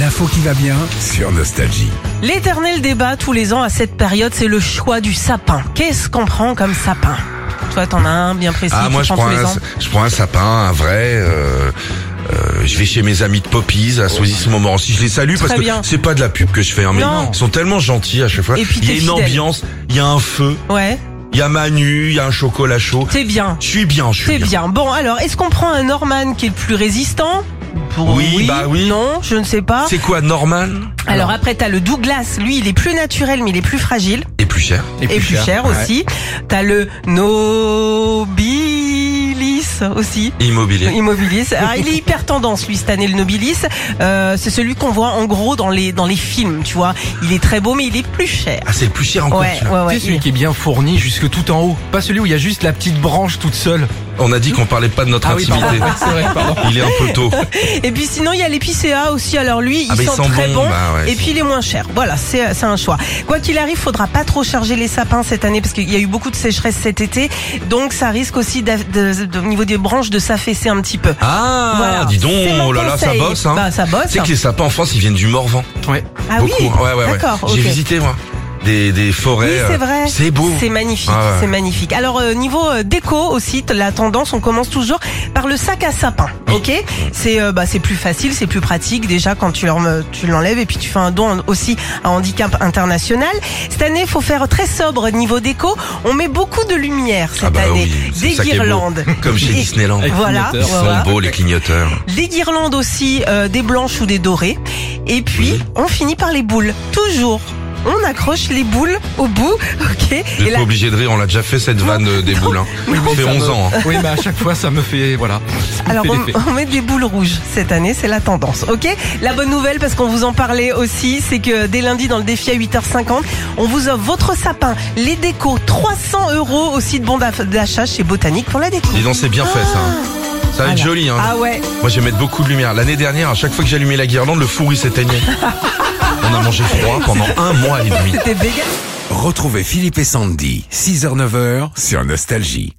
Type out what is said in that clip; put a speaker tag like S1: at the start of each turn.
S1: L'info qui va bien sur Nostalgie.
S2: L'éternel débat tous les ans à cette période, c'est le choix du sapin. Qu'est-ce qu'on prend comme sapin Toi, t'en as un bien précis.
S3: Ah,
S2: que
S3: moi,
S2: tu
S3: je prends,
S2: prends tous les
S3: un,
S2: ans.
S3: je prends un sapin, un vrai. euh, euh, je vais chez mes amis de Poppies à Soisy Montmorency. Je les salue parce
S2: Très
S3: que
S2: bien.
S3: c'est pas de la pub que je fais. Hein, mais
S2: Non.
S3: ils sont tellement gentils à chaque fois.
S2: Et puis
S3: il y a
S2: t'es
S3: une
S2: fidèle.
S3: ambiance, il y a un feu,
S2: Ouais,
S3: il y a Manu, il y a un chocolat chaud.
S2: t'es bien.
S3: Je suis bien, je suis
S2: T'es
S3: bien.
S2: bien. Bon, alors, est-ce qu'on prend un Norman qui est le plus résistant
S3: Oui, bah oui.
S2: Non, je ne sais pas.
S3: C'est quoi, Norman
S2: Alors après, t'as le Douglas. Lui, il est plus naturel, mais il est plus fragile.
S3: Et plus cher.
S2: et plus, cher, aussi. T'as le Nobilis aussi.
S3: Immobilier.
S2: Immobilis. Alors, il est hyper tendance lui cette année le Nobilis. Euh, c'est celui qu'on voit en gros dans les dans les films, tu vois. Il est très beau mais il est plus cher.
S3: Ah, c'est le plus cher encore.
S2: Ouais,
S3: celui-là.
S2: ouais, ouais.
S4: C'est celui qui est bien fourni jusque tout en haut. Pas celui où il y a juste la petite branche toute seule. Ah
S3: On a dit qu'on parlait pas de
S2: Ah
S3: notre intimité.
S4: pardon. C'est vrai, pardon.
S3: il est un peu tôt.
S2: Et puis sinon il y a l'épicéa aussi. Alors lui il
S3: Ah, bah, il
S2: sent
S3: sent
S2: très
S3: bon,
S2: bon.
S3: bah ouais,
S2: et
S3: il
S2: puis il est moins cher. Voilà, c'est c'est un choix. Quoi qu'il arrive, faudra pas trop charger les sapins cette année parce qu'il y a eu beaucoup de sécheresse cet été. Donc ça risque aussi d'a- de- de- au niveau des branches de s'affaisser un petit peu.
S3: Ah,
S2: Voilà.
S3: dis donc,
S2: C'est mon
S3: oh là là, ça
S2: conseil.
S3: bosse. Hein.
S2: Bah, ça bosse.
S3: C'est que les sapins en France, ils viennent du Morvan.
S4: Ouais.
S2: Ah
S3: Beaucoup. hein.
S2: oui,
S3: ouais, ouais, ouais.
S2: D'accord,
S3: J'ai
S2: ok.
S3: visité, moi, des, des forêts.
S2: Oui, c'est
S3: euh,
S2: vrai.
S3: C'est beau.
S2: C'est magnifique,
S3: Ah ouais.
S2: c'est magnifique. Alors euh, niveau euh, déco aussi, t- la tendance, on commence toujours par le sac à sapin. Ok, c'est euh, bah c'est plus facile, c'est plus pratique déjà quand tu l'en- tu l'enlèves et puis tu fais un don aussi à handicap international. Cette année, il faut faire très sobre niveau déco. On met beaucoup de lumière cette
S3: Ah bah
S2: année,
S3: oui, c'est
S2: des
S3: ça qui est beau.
S2: guirlandes.
S3: Comme chez
S2: Et-
S3: Disneyland.
S4: Avec
S2: Voilà,
S3: Ils
S4: clignoteurs.
S3: sont
S2: voilà.
S3: beaux, les clignoteurs.
S2: Des guirlandes aussi, euh, des blanches ou des dorées. Et puis,
S3: Oui.
S2: on finit par les boules. Toujours. On accroche les boules au bout, ok
S3: Je suis
S2: Et là-
S3: pas obligé de rire, on l'a déjà fait cette vanne euh, des boules. Hein. Ça fait
S4: Ça
S3: 11
S4: me-
S3: ans. hein.
S4: Oui, mais à chaque fois, ça me fait, voilà. Ça me
S2: Alors
S4: fait l'effet.
S2: on, on met des boules rouges cette année, c'est la tendance, ok La bonne nouvelle, parce qu'on vous en parlait aussi, c'est que dès lundi dans le défi à 8h50, on vous offre votre sapin, les décos, 300 euros aussi de bons d'aff- d'achat chez Botanique pour la déco.
S3: Dis donc, c'est bien fait, ça. hein. Ça va être
S2: Ah là.
S3: joli, hein.
S2: Ah ouais,
S3: Moi, je vais mettre beaucoup de lumière. L'année dernière, à chaque fois que j'allumais la guirlande, le four, il s'éteignait. On a mangé froid pendant un mois et demi.
S2: c'était bégal.
S1: Retrouvez Philippe et Sandy, 6h-9h sur Nostalgie.